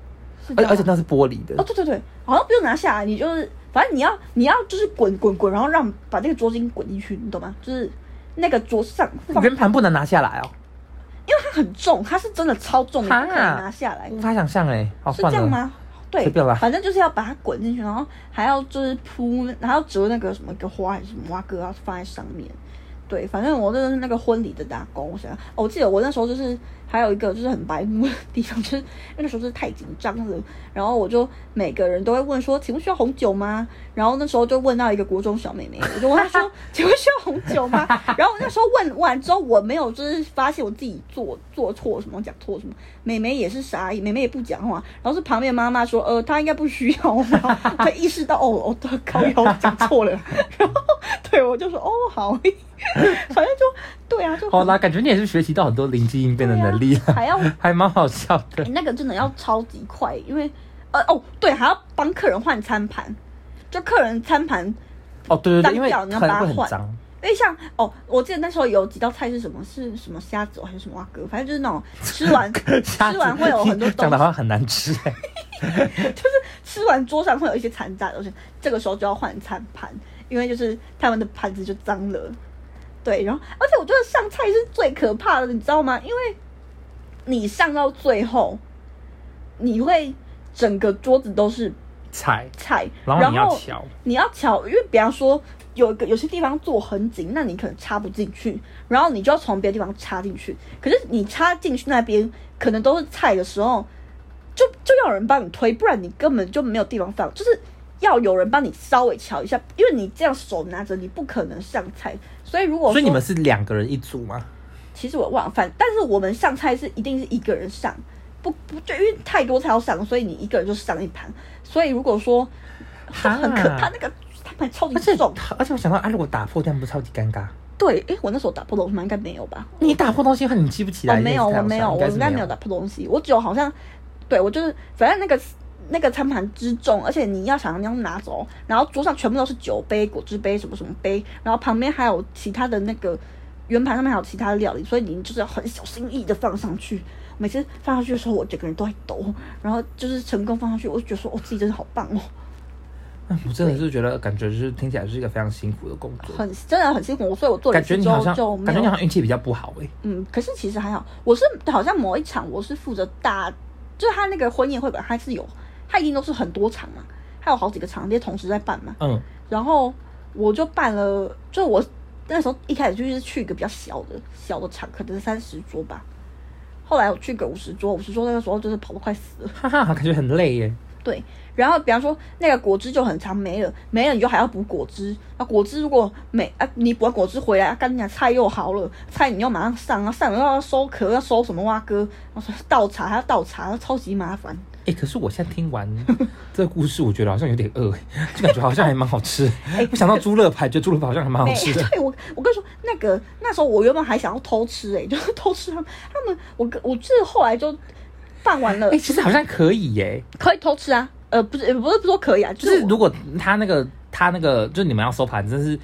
是这而样而且吗那是玻璃的哦，，对对对，好像不用拿下来，你就是反正你要你要就是滚滚滚，然后让把那个桌巾滚进去，你懂吗？就是那个桌上放，因为圆盘不能拿下来哦，它很重，它是真的超重，你不可以哈拿下来，无法想象哎、哦，是算这了，样吗？对随便啦，反正就是要把它滚进去，然后还要就是铺，还要折那个什么一个花还是什么花哥，要放在上面。对，反正我那是那个婚礼的打工，我想、哦我记得我那时候就是还有一个就是很白目的地方，就是因为那时候就是太紧张了，然后我就每个人都会问说，请问需要红酒吗？然后那时候就问到一个国中小妹妹，我就问她说， [laughs] 请问需要红酒吗？然后我那时候问完之后，我没有就是发现我自己做做错什么，讲错什么，妹妹也是傻眼，妹妹也不讲话，然后是旁边妈妈说，呃，她应该不需要吧，才意识到哦，我、哦、对高腰讲错了，然后 [laughs] 对我就说哦好。 [laughs] 反正就对啊，就好啦，感觉你也是学习到很多灵机应哦变的能力、对啊还哎要、 [laughs] 还蛮好笑的诶。那个真的要超级快，因为呃哦对，还要帮客人换餐盘，就客人餐盘，哦，对对对，因为当掉你要可把能它会很换脏，因为像哦，我记得那时候有几道菜是什么是什么虾子哦还是什么蛙哥，反正就是那种吃完 [laughs] 下吃次完会有很多讲东的西，好像很难吃 [laughs] 哎、吃完桌上会有一些残渣的东西，这个时候就要换餐盘，因为就是他们的盘子就脏了。对，然后而且我觉得上菜是最可怕的，你知道吗？因为你上到最后，你会整个桌子都是菜，菜，然后你要瞧，你要瞧，因为比方说有一个有些地方做很紧，那你可能插不进去，然后你就要从别的地方插进去。可是你插进去那边可能都是菜的时候，就就要有人帮你推，不然你根本就没有地方放，就是要有人帮你稍微瞧一下，因为你这样手拿着你不可能上菜。所以如果所以你说们是两个人一组吗？其实我忘了，反但是我们上菜是一定是一个人上，不不就因为太多菜要上，所以你一个人就上一盘。所以如果说就很可怕，哈那个他盘超级而且重。而且我想到，啊，如果打破这样不是超级尴尬？对，哎，我那时候打破东西吗？应该没有吧？你打破东西后你记不起哦，来？没有，你也我是没这有，我样应想该应没没有打。破东西，我只有好像，对我就是，反正那个那个餐盘之重，而且你要想要拿走，然后桌上全部都是酒杯、果汁杯什么什么杯，然后旁边还有其他的那个圆盘上面还有其他的料理，所以你就是要很小心翼翼的放上去。每次放上去的时候，我整个人都在抖，然后就是成功放上去，我就觉得说，我、自己真的好棒哦，嗯我真的是觉得，感觉就是听起来是一个非常辛苦的工作，很真的很辛苦，所以我做了感一觉次你之好后像就没感觉有你好像运气比较不好哎、嗯，可是其实还好，我是好像某一场我是负责大，就是他那个婚宴会本他是有，他一定都是很多场嘛，他有好几个场地同时在办嘛，嗯，然后我就办了，就我那时候一开始就是去一个比较小的小的场，可能三十桌吧，后来我去个五十桌，五十桌那个时候就是跑得快死了，哈哈，感觉很累耶、对，然后比方说那个果汁就很长没了，没了你就还要补果汁。啊，果汁如果没啊，你补完果汁回来，啊，干你娘菜又好了，菜你又马上上啊，上了又要收壳，要收什么蛙哥，然后说倒茶还要倒茶，超级麻烦。哎、可是我现在听 [laughs] 完这个故事，我觉得好像有点饿、欸，就感觉好像还蛮好吃。我想到猪肋排，觉得猪肋排好像还蛮好没，吃哦的。哎对我我跟你说，那个那时候我原本还想要偷吃、欸，哎， [laughs] 就是偷吃他们，他们我跟我就是后来就办完了哎、，其实好像可以耶、可以偷吃啊，呃，不是呃不是不是说可以啊，就就是是我如果他那个他那个，就是你们要收盘，真是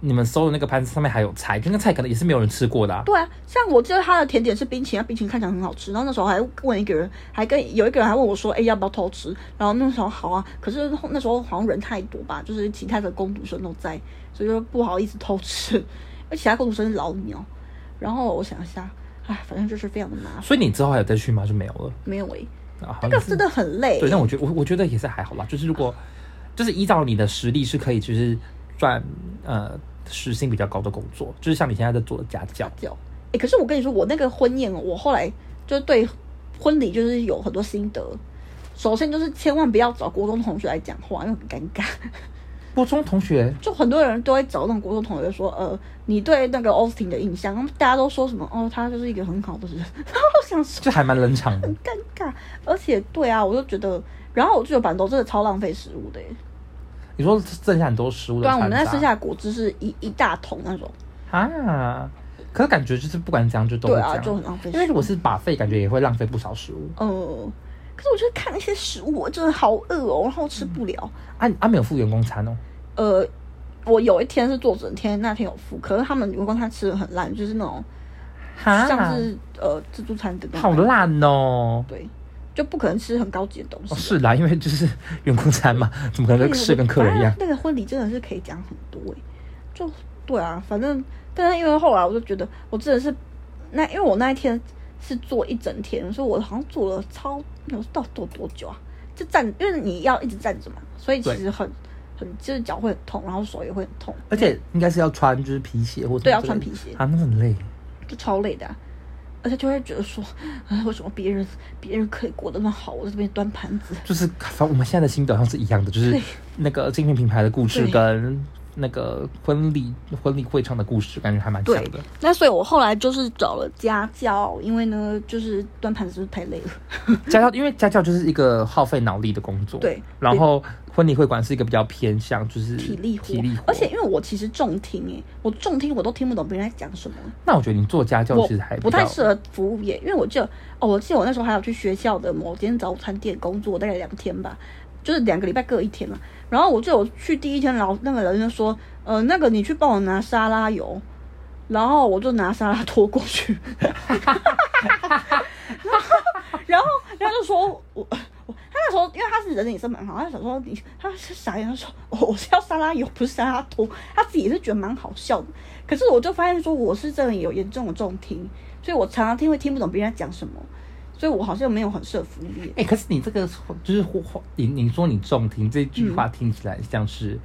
你们收的那个盘子上面还有菜，就那菜可能也是没有人吃过的、啊。对啊，像我记得他的甜点是冰淇淋，啊冰淇淋看起来很好吃。然后那时候还问一个人，还跟有一个人还问我说：“哎、要不要偷吃？”然后那时候好啊，可是后那时候好像人太多吧，就是其他的工读生都在，所以就不好意思偷吃。 [laughs] 而其他工读生是老鸟。然后我想一下，哎，反正就是非常的麻烦，所以你之后还有再去吗？就没有了。没有诶、啊，那好像个是真的很累、对，但我觉得我我觉得也是还好啦，就是如果就是依照你的实力是可以就是赚呃时薪比较高的工作，就是像你现在在做的家教，久。哎、可是我跟你说，我那个婚宴哦，我后来就对婚礼就是有很多心得。首先就是千万不要找国中同学来讲话，因为很尴尬。国中同学就很多人都会找那种国中同学说，呃，你对那个 Austin 的印象，然后大家都说什么，哦，他就是一个很好的人， [laughs] 然后我想说就还蛮冷场的很。尴尬，而且对啊，我就觉得，然后我就觉得板豆真的超浪费食物的耶，欸你说剩下很多食物的对啊，残我渣，们那剩下的果汁是一一大桶那种，啊，可是感觉就是不管怎样就都会对这啊，样，就很浪费因食为物，如果是把费，感觉也会浪费不少食物。呃，可是我就是看那些食物，我真的好饿哦，然后吃不了，啊啊，没有付员工餐哦。呃，我有一天是做整天，那天有付，可是他们员工餐吃的很烂，就是那种哈，像是呃自助餐的那好种，烂哦。对，就不可能吃很高级的东哦西啊。是啦，因为就是员工餐嘛，怎么可能是跟客人一样反？正那个婚礼真的是可以讲很多哎、就对啊，反正但是因为后来我就觉得我真的是那因为我那一天是做一整天，所以我好像做了超有到底做多久啊？就站，因为你要一直站着嘛，所以其对实很很就是脚会很痛，然后手也会很痛，而且应该是要穿就是皮鞋或者对，要穿皮鞋啊，那很累。就超累的啊、而且就会觉得说， [laughs] 哎，为什么别人别人可以过得那么好，我在这边端盘子，就是反正我们现在的心得好像是一样的，就是对那个精品品牌的故事对跟那个婚礼婚礼会场的故事，感觉还蛮像对的。那所以我后来就是找了家教，因为呢，就是端盘子太 [laughs] 累了。家教因为家教就是一个耗费脑力的工作，对然后婚礼会馆是一个比较偏向就是体力活，体力活，而且因为我其实重听诶、我重听我都听不懂别人在讲什么，那我觉得你做家教我其实还比不太较适合服务业，因为我记得哦，我记得我那时候还有去学校的某间早餐店工作，大概两天吧，就是两个礼拜各一天嘛。然后我记得我去第一天，老那个人就说，呃，那个你去帮我拿沙拉油，然后我就拿沙拉拖过去， [laughs] 然后然后就说我。我他那时候，因为他是人也是蛮好，他就想说你，他是傻眼，他说、哦、我是要沙拉油，不是沙拉托，他自己也是觉得蛮好笑的。可是我就发现说我是真的有严重的重听，所以我常常听会听不懂别人在讲什么，所以我好像没有很适合服务业。哎、可是你这个就是你你说你重听这句话听起来像是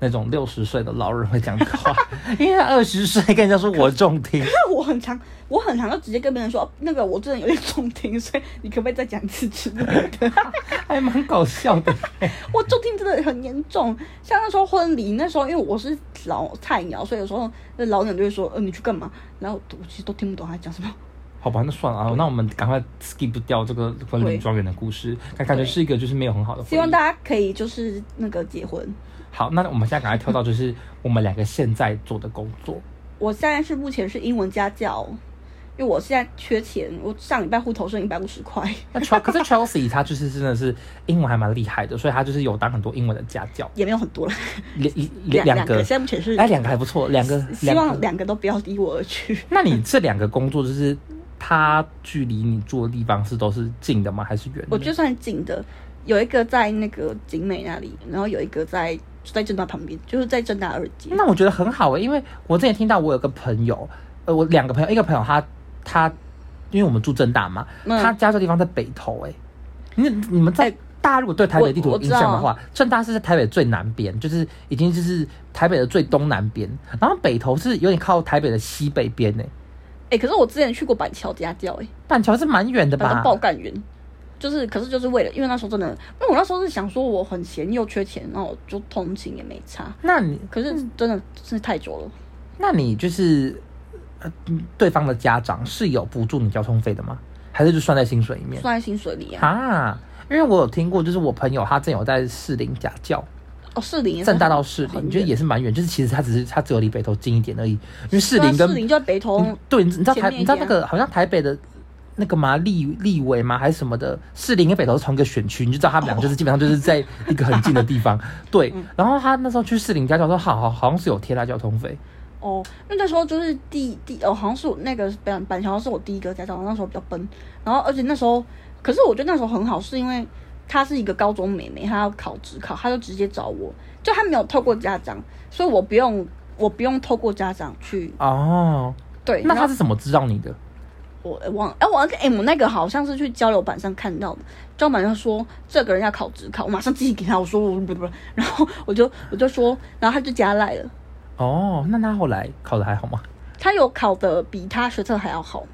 那种六十岁的老人会讲的 [laughs] 话，因为他二十岁跟人家说我重听，那我很常，我很常就直接跟别人说，哦那个我真的有点重听，所以你可不可以再讲一次之类的？ [laughs] 还蛮搞笑的。 [laughs] 我重听真的很严重。像那时候婚礼，那时候因为我是老菜鸟，所以有时候那老鸟就会说，呃，你去干嘛？然后我其实都听不懂他在讲什么。好吧，那算了啊，那我们赶快 skip 掉这个婚对礼庄园的故事，感感觉对是一个就是没有很好的回忆。希望大家可以就是那个结婚。好，那我们现在赶快跳到就是我们两个现在做的工作。我现在是目前是英文家教，因为我现在缺钱，我上礼拜户头剩一百五十块。那 Chel 可是 Chelsea 她就是真的是英文还蛮厉害的，所以她就是有当很多英文的家教，也没有很多了，两一两两个个，，现在目前是哎，两个还不错，两个希望个两个都不要离我而去。那你这两个工作就是它距离你住的地方是都是近的吗？还是远的？我就算近的，有一个在那个景美那里，然后有一个在就在正大旁边，就是在正大二街。那我觉得很好诶、欸因为我之前听到我有个朋友，呃，我两个朋友，一个朋友他他，因为我们住正大嘛，嗯哎他家这地方在北投诶、你你们在、大家如果对台北地图我有我印知道象的话，正大是在台北最南边，就是已经就是台北的最东南边，然后北投是有点靠台北的西北边诶、哎、可是我之前去过板桥家教、欸，板桥是蛮远的哎，板吧桥？爆干员。就是，可是就是为了，因为那时候真的，因为我那时候是想说我很闲又缺钱，然后我就通勤也没差。那你可是真的是太久了，那你就是呃，嗯对方的家长是有补助你交通费的吗？还是就算在薪水里面算在薪水里啊。啊？因为我有听过，就是我朋友他正有在士林家教，哦，士林也是正大很到士很林，就远也是蛮远，就是其实他只是他只有离北投近一点而已，因为士对啊林跟士林就在北投，嗯对，你知道哦前台面你一知道那点个好像台北的。那个嘛，立立委吗？还是什么的？士林跟北投是同一个选区，你就知道他们俩就是基本上就是在 [laughs] 一个很近的地 [laughs] 方。对，嗯然后他那时候去士林家教说，好好好像是有贴他交通费，哦，因为那时候就是第第哦，好像是我那个板板桥是我第一个家长，那时候比较笨，然后而且那时候，可是我觉得那时候很好，是因为她是一个高中妹妹，她要考职考，她就直接找我，就她没有透过家长，所以我不用我不用透过家长去哦，对，那然后他是怎么知道你的？我我忘哎、我我哎、我那个好像是去交流板上看到的，交流板上说这个人要考职考，我马上寄给他，我说我不不，不然后我就我就说，然后他就加赖了，哦，那他后来考的还好吗？他有考的比他学测还要好，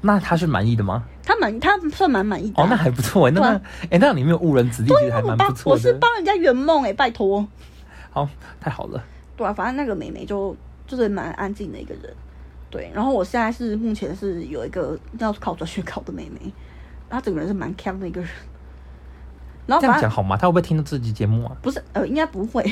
那他是满意的吗？他满他算蛮满意的、哦，那还不错哎、那对啊那哎、那你没有误人子弟，其实还我蛮不帮错我是的。帮人家圆梦哎，拜托，好，太好了。对啊，反正那个妹妹就就是蛮安静的一个人，对，然后我现在是目前是有一个要考转学考的妹妹，她整个人是蛮强的一个人，然后这样反正讲好吗？他会不会听到这期节目啊？不是，呃，应该不会。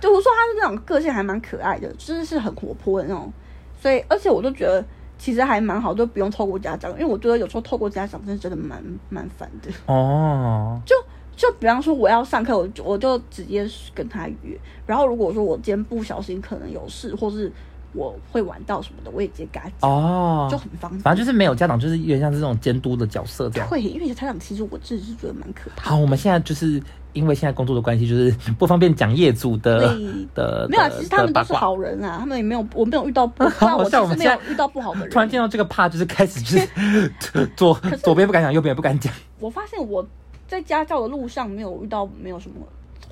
就我说他的那种个性还蛮可爱的，就是是很活泼的那种，所以而且我就觉得其实还蛮好，就不用透过家长，因为我觉得有时候透过家长真的真的蛮蛮烦的。哦，就就比方说我要上课，我就我就直接跟他约，然后如果说我今天不小心可能有事，或是我会晚到什么的，我也直接跟他讲，哦，就很方便。反正就是没有家长，就是有点像是这种监督的角色这样。会，因为他长其实我自己是觉得蛮可怕的。好，我们现在就是因为现在工作的关系，就是不方便讲业主的对的没有啊，的其实他的们都八是卦好人啊，他们也没有，我没有遇 [laughs] 到不，但我其像我实们没有现在遇到不好的人。突然见 [laughs] 到这个怕，就是开始就是左左边不敢讲，右边也不敢讲。我发现我在家教的路上没有遇到没有什么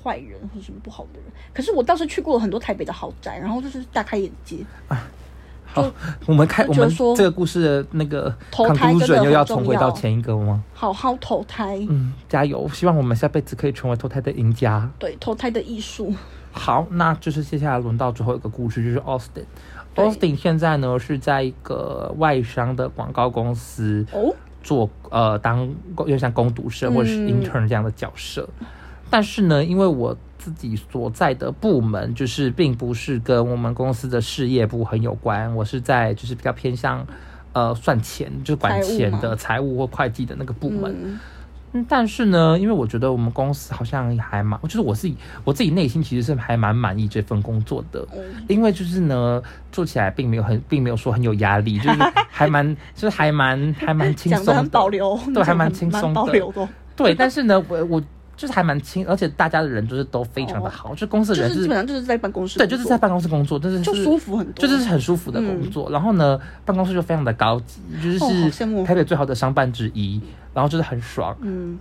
坏人或者什么不好的人，可是我倒是去过了很多台北的豪宅，然后就是大开眼界。好，我们开就我觉得们说这个故事的那个投胎 conclusion 真的又要很重重回到要前一个吗？好好投胎，嗯，加油！希望我们下辈子可以成为投胎的赢家。对投胎的艺术，好，那就是接下来轮到最后一个故事，就是 Austin。对 Austin 现在呢是在一个外商的广告公司哦，做呃当有点像工读生或者是嗯 intern 这样的角色，但是呢，因为我自己所在的部门就是并不是跟我们公司的事业部很有关，我是在就是比较偏向呃算钱就是管财务钱吗的财务或会计的那个部门，嗯，嗯，但是呢，因为我觉得我们公司好像也还蛮，就是我自己我自己内心其实是还蛮满意这份工作的，嗯因为就是呢，做起来并没有很，并没有说很有压力，就是还 [laughs] 蛮，就是还蛮还蛮轻讲松的的，很保留， [laughs] 对，还讲得蛮很轻松保留的，的哦，对。但是呢，我我就是还蛮轻，而且大家的人就是都非常的好，就是公司哦就的人是就基是本上就是在办公室对，工作，就是在办公室工作，但是就舒服很多，就是很舒服的工作。然后呢，办公室就非常的高级，就是哦好羡慕台北最好的商办之一，然后就是很爽。嗯，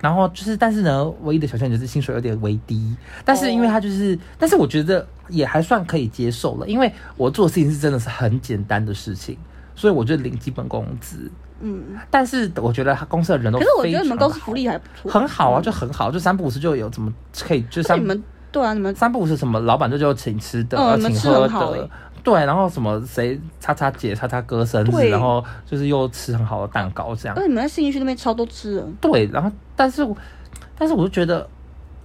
然后就是，但是呢，唯一的小缺点就是薪水有点微低，但是因为它哦就是，但是我觉得也还算可以接受了，因为我做的事情是真的是很简单的事情，所以我就领基本工资。嗯，但是我觉得公司的人都可是我觉得你非常们公司福利还不错，很好啊，就很好，就三不五时就有怎么可以，就那三你们对啊，你们三不五时什么老板就就请吃的，嗯呃你们请吃喝很好的欸。对，然后什么谁叉叉姐叉叉哥生日，对然后就是又吃很好的蛋糕这样而。且你们在信义区那边超多吃人，对，然后但是我，但是我就觉得，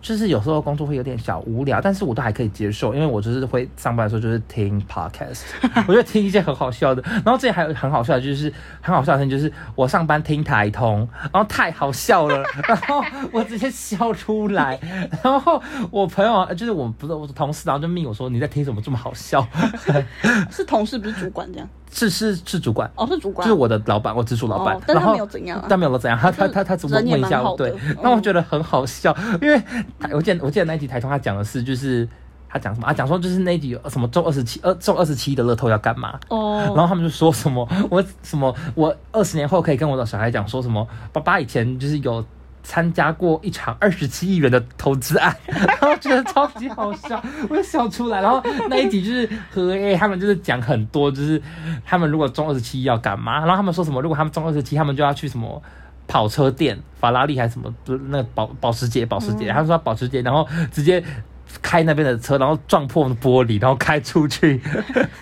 就是有时候工作会有点小无聊，但是我都还可以接受，因为我就是会上班的时候就是听 podcast，我就听一些很好笑的。然后之前还有很好笑的，就是很好笑的事情，就是我上班听台通，然后太好笑了，然后我直接笑出来。然后我朋友就是我不是我同事，然后就命我说你在听什么这么好笑？是同事不是主管这样，是是是主管。哦是主就管，是我的老板，我直属老板哦，但然他后没有怎样啊但没有怎样，他他就是他他只问人也问一蛮下我，好的对嗯，那我觉得很好笑，因为他我记得我记得那一集台通他讲的是就是他讲什么啊，讲说就是那一集有什么中二十七呃中二十七的乐透要干嘛，然哦，后他们就说什么 [laughs] 我什么我二十年后可以跟我的小孩讲说什么爸爸以前就是有。参加过一场二十七亿元的投资案， [laughs] 然后觉得超级好笑， [laughs] 我就笑出来。然后那一集就是和 A 他们就是讲很多，就是他们如果中二十七要干嘛，然后他们说什么，如果他们中二十七，他们就要去什么。跑车店，法拉利还是什么，不是那个保保时捷，保时嗯捷，他们说要保时捷，然后直接开那边的车，然后撞破玻璃，然后开出去，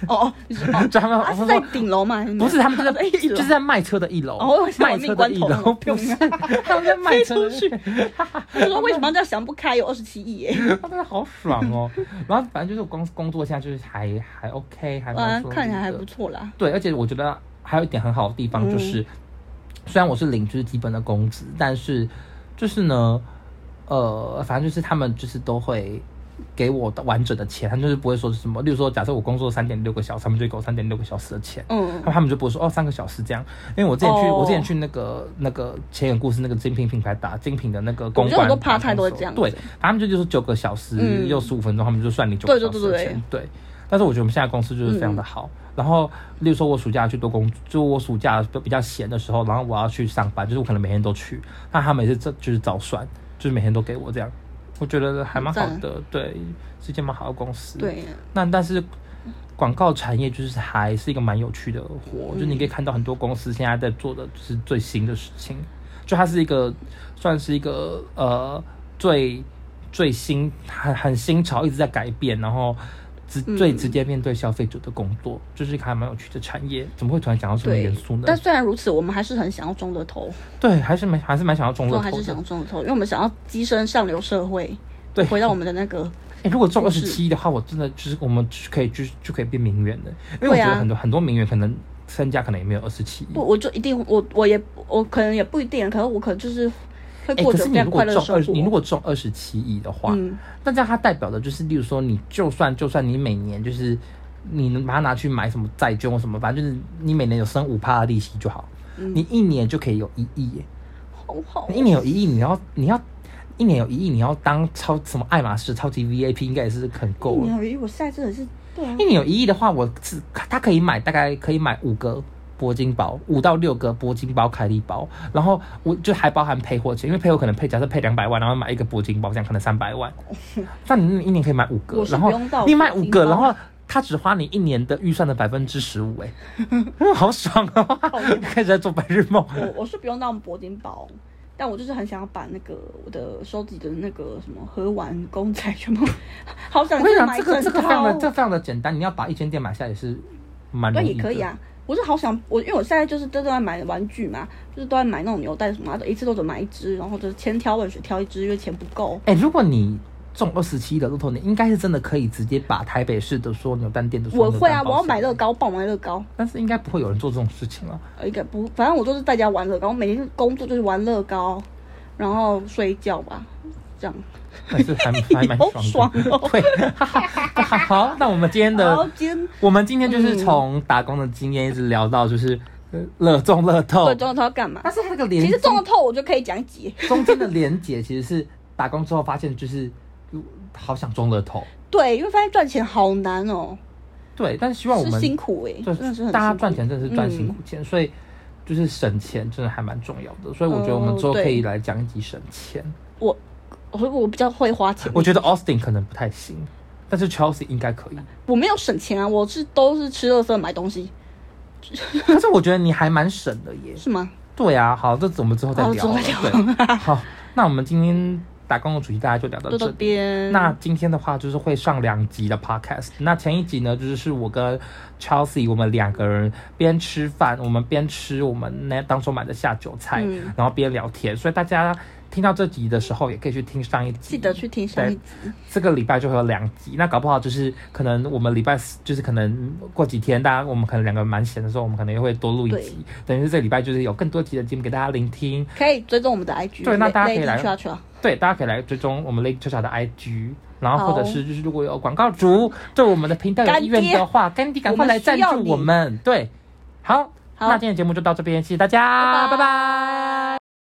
[laughs] 哦哦，你说哦就他们啊我是说在顶楼吗？还不是他们就 [laughs] 在一啊是楼就是在卖车的一楼，哎哦我以为是卖亡命车的关一头楼，那不种是 [laughs] 他们在卖飞车出的去。 [laughs] 我说为什么这样想不开？有二十七亿耶！他真的好爽哦。然后反正就是工工作现在就是还还 OK，还蛮嗯，顺利的看起来还不错嗯啦。对，而且我觉得还有一点很好的地方就是，虽然我是领就是基本的工资，但是就是呢，呃，反正就是他们就是都会。给我的完整的钱，他们就是不会说是什么，例如说，假设我工作三点六个小时，他们就给我三点六个小时的钱，嗯他，们他们就不会说哦三个小时这样，因为我之前去、哦我之前去那个那个前有故事那个精品品牌打精品的那个我公觉得关很打多工手， part time 都会这样子对，他们就就是九个小时嗯又十五分钟，他们就算你九个对小对时的对对嗯钱，对。但是我觉得我们现在公司就是非常的好，然后例如说我暑假去多工，就我暑假比比较闲的时候，然后我要去上班，就是我可能每天都去，那他们也是这就是早算，就是每天都给我这样，我觉得还蛮好很的，对，是一间蛮好的公司，。对，那但是广告产业就是还是一个蛮有趣的活，就嗯你可以看到很多公司现在在做的就是最新的事情，就它是一个算是一个呃最最新很很新潮，一直在改变，然后。直嗯最直接面对消费者的工作，就是一个还蛮有趣的产业。怎么会突然讲到这么对严肃呢？但虽然如此，我们还是很想要中乐透，对，还是蛮还是蛮想要中我乐们还透是的想。要中乐透，因为我们想要跻身上流社会， [laughs] 对回到我们的那个，欸如果中就二十是七的话，我真的就是我们就可以就就可以变名媛了，因为我对觉啊得很多、很多名媛可能身价可能也没有二十七。不，我就一定，我我也我可能也不一定，可能我可能就是会哎，过可着是非你常如果快乐的中生二，你如活。果中二十七亿的话，嗯，那这样它代表的就是，例如说，你就算就算你每年就是你能把它拿去买什么债券或什么，反正就是你每年有生五趴的利息就好，嗯你一年就可以有一亿耶，好好哦，你一年有一亿，你要你要一年有一亿，你要当超什么爱马仕超级 VIP 应该也是很够你了。好，我现在真的是对啊一，年有一亿的话，我是它可以买大概可以买五个铂金包，五到六个铂金包、凯利包，然后我就还包含配货钱，因为配货可能配，假设配两百万，然后买一个铂金包，这样可能三百 [laughs] 万。那你一年可以买五个我，是然不后用到你买铂金五个，包然后他只花你一年的预算的百分之十 [laughs] 五，哎，嗯好爽哦！开始在做白日梦。我我是不用到铂金包，但我就是很想要把那个我的收集的那个什么盒玩公仔全部， [laughs] 好想我跟你去讲，买这个整这个非常的套这个非常的简单，你要把一间店买下来也是蛮容对，易的。也可以啊。我是好想我，因为我现在就是都在买玩具嘛，就是都在买那种牛袋什么的，一次都只买一只，然后就是千挑万选挑一只，因为钱不够。哎、如果你中二十七的路透，你应该是真的可以直接把台北市的所有牛蛋店都我会啊，我要买的，乐高，爆买乐高，但是应该不会有人做这种事情 [laughs] 了。呃，应该不，反正我就是在家玩乐高，我每天工作就是玩乐高，然后睡觉吧，这样。但是还还蛮好爽的，爽哦对，哈哈哈哈好，那我们今天然的后今天我们今天就是从打工的经验一直聊到就是呃乐中乐透对，中了头要干嘛但？是它哦那个连其实中了透我就可以讲几， [laughs] 中间的连结其实是打工之后发现就是呃好想中乐透，对，因为发现赚钱好难哦，对，但是希望我是们辛苦哎、就真的是很辛苦。大家赚钱真的是赚辛嗯苦钱，所以就是省钱真的还蛮重要的。所以我觉得我们之后哦对可以来讲一集省钱。我我我比较会花钱，我觉得 Austin 可能不太行，但是 Chelsea 应该可以。我没有省钱啊，我是都是吃垃圾买东西，可是我觉得你还蛮省的耶。是吗？对啊，好，这我们之后再好聊哦之后了。再对，好，那我们今天打工的主题大家就聊到就这这里。边。那今天的话就是会上两集的 podcast。那前一集呢，就是是我跟 Chelsea 我们两个人边吃饭，我们边吃我们那当初买的下酒菜，嗯然后边聊天。所以大家听到这集的时候，也可以去听上一集。记得去听上一集。这个礼拜就会有两集。那搞不好就是可能我们礼拜四，就是可能过几天，大家我们可能两个蛮闲的时候，我们可能也会多录一对集。等于是这个礼拜就是有更多集的节目给大家聆听。可以追踪我们的 IG，对那大家可以来去啊去啊，对，大家可以来追踪我们 Lake 悄悄的 IG，然后好或者是就是如果有广告主对我们的频道有干意爹愿的话，干爹赶快来赞助我我们。对，好，好那今天的节目就到这边，谢谢大家，拜拜拜拜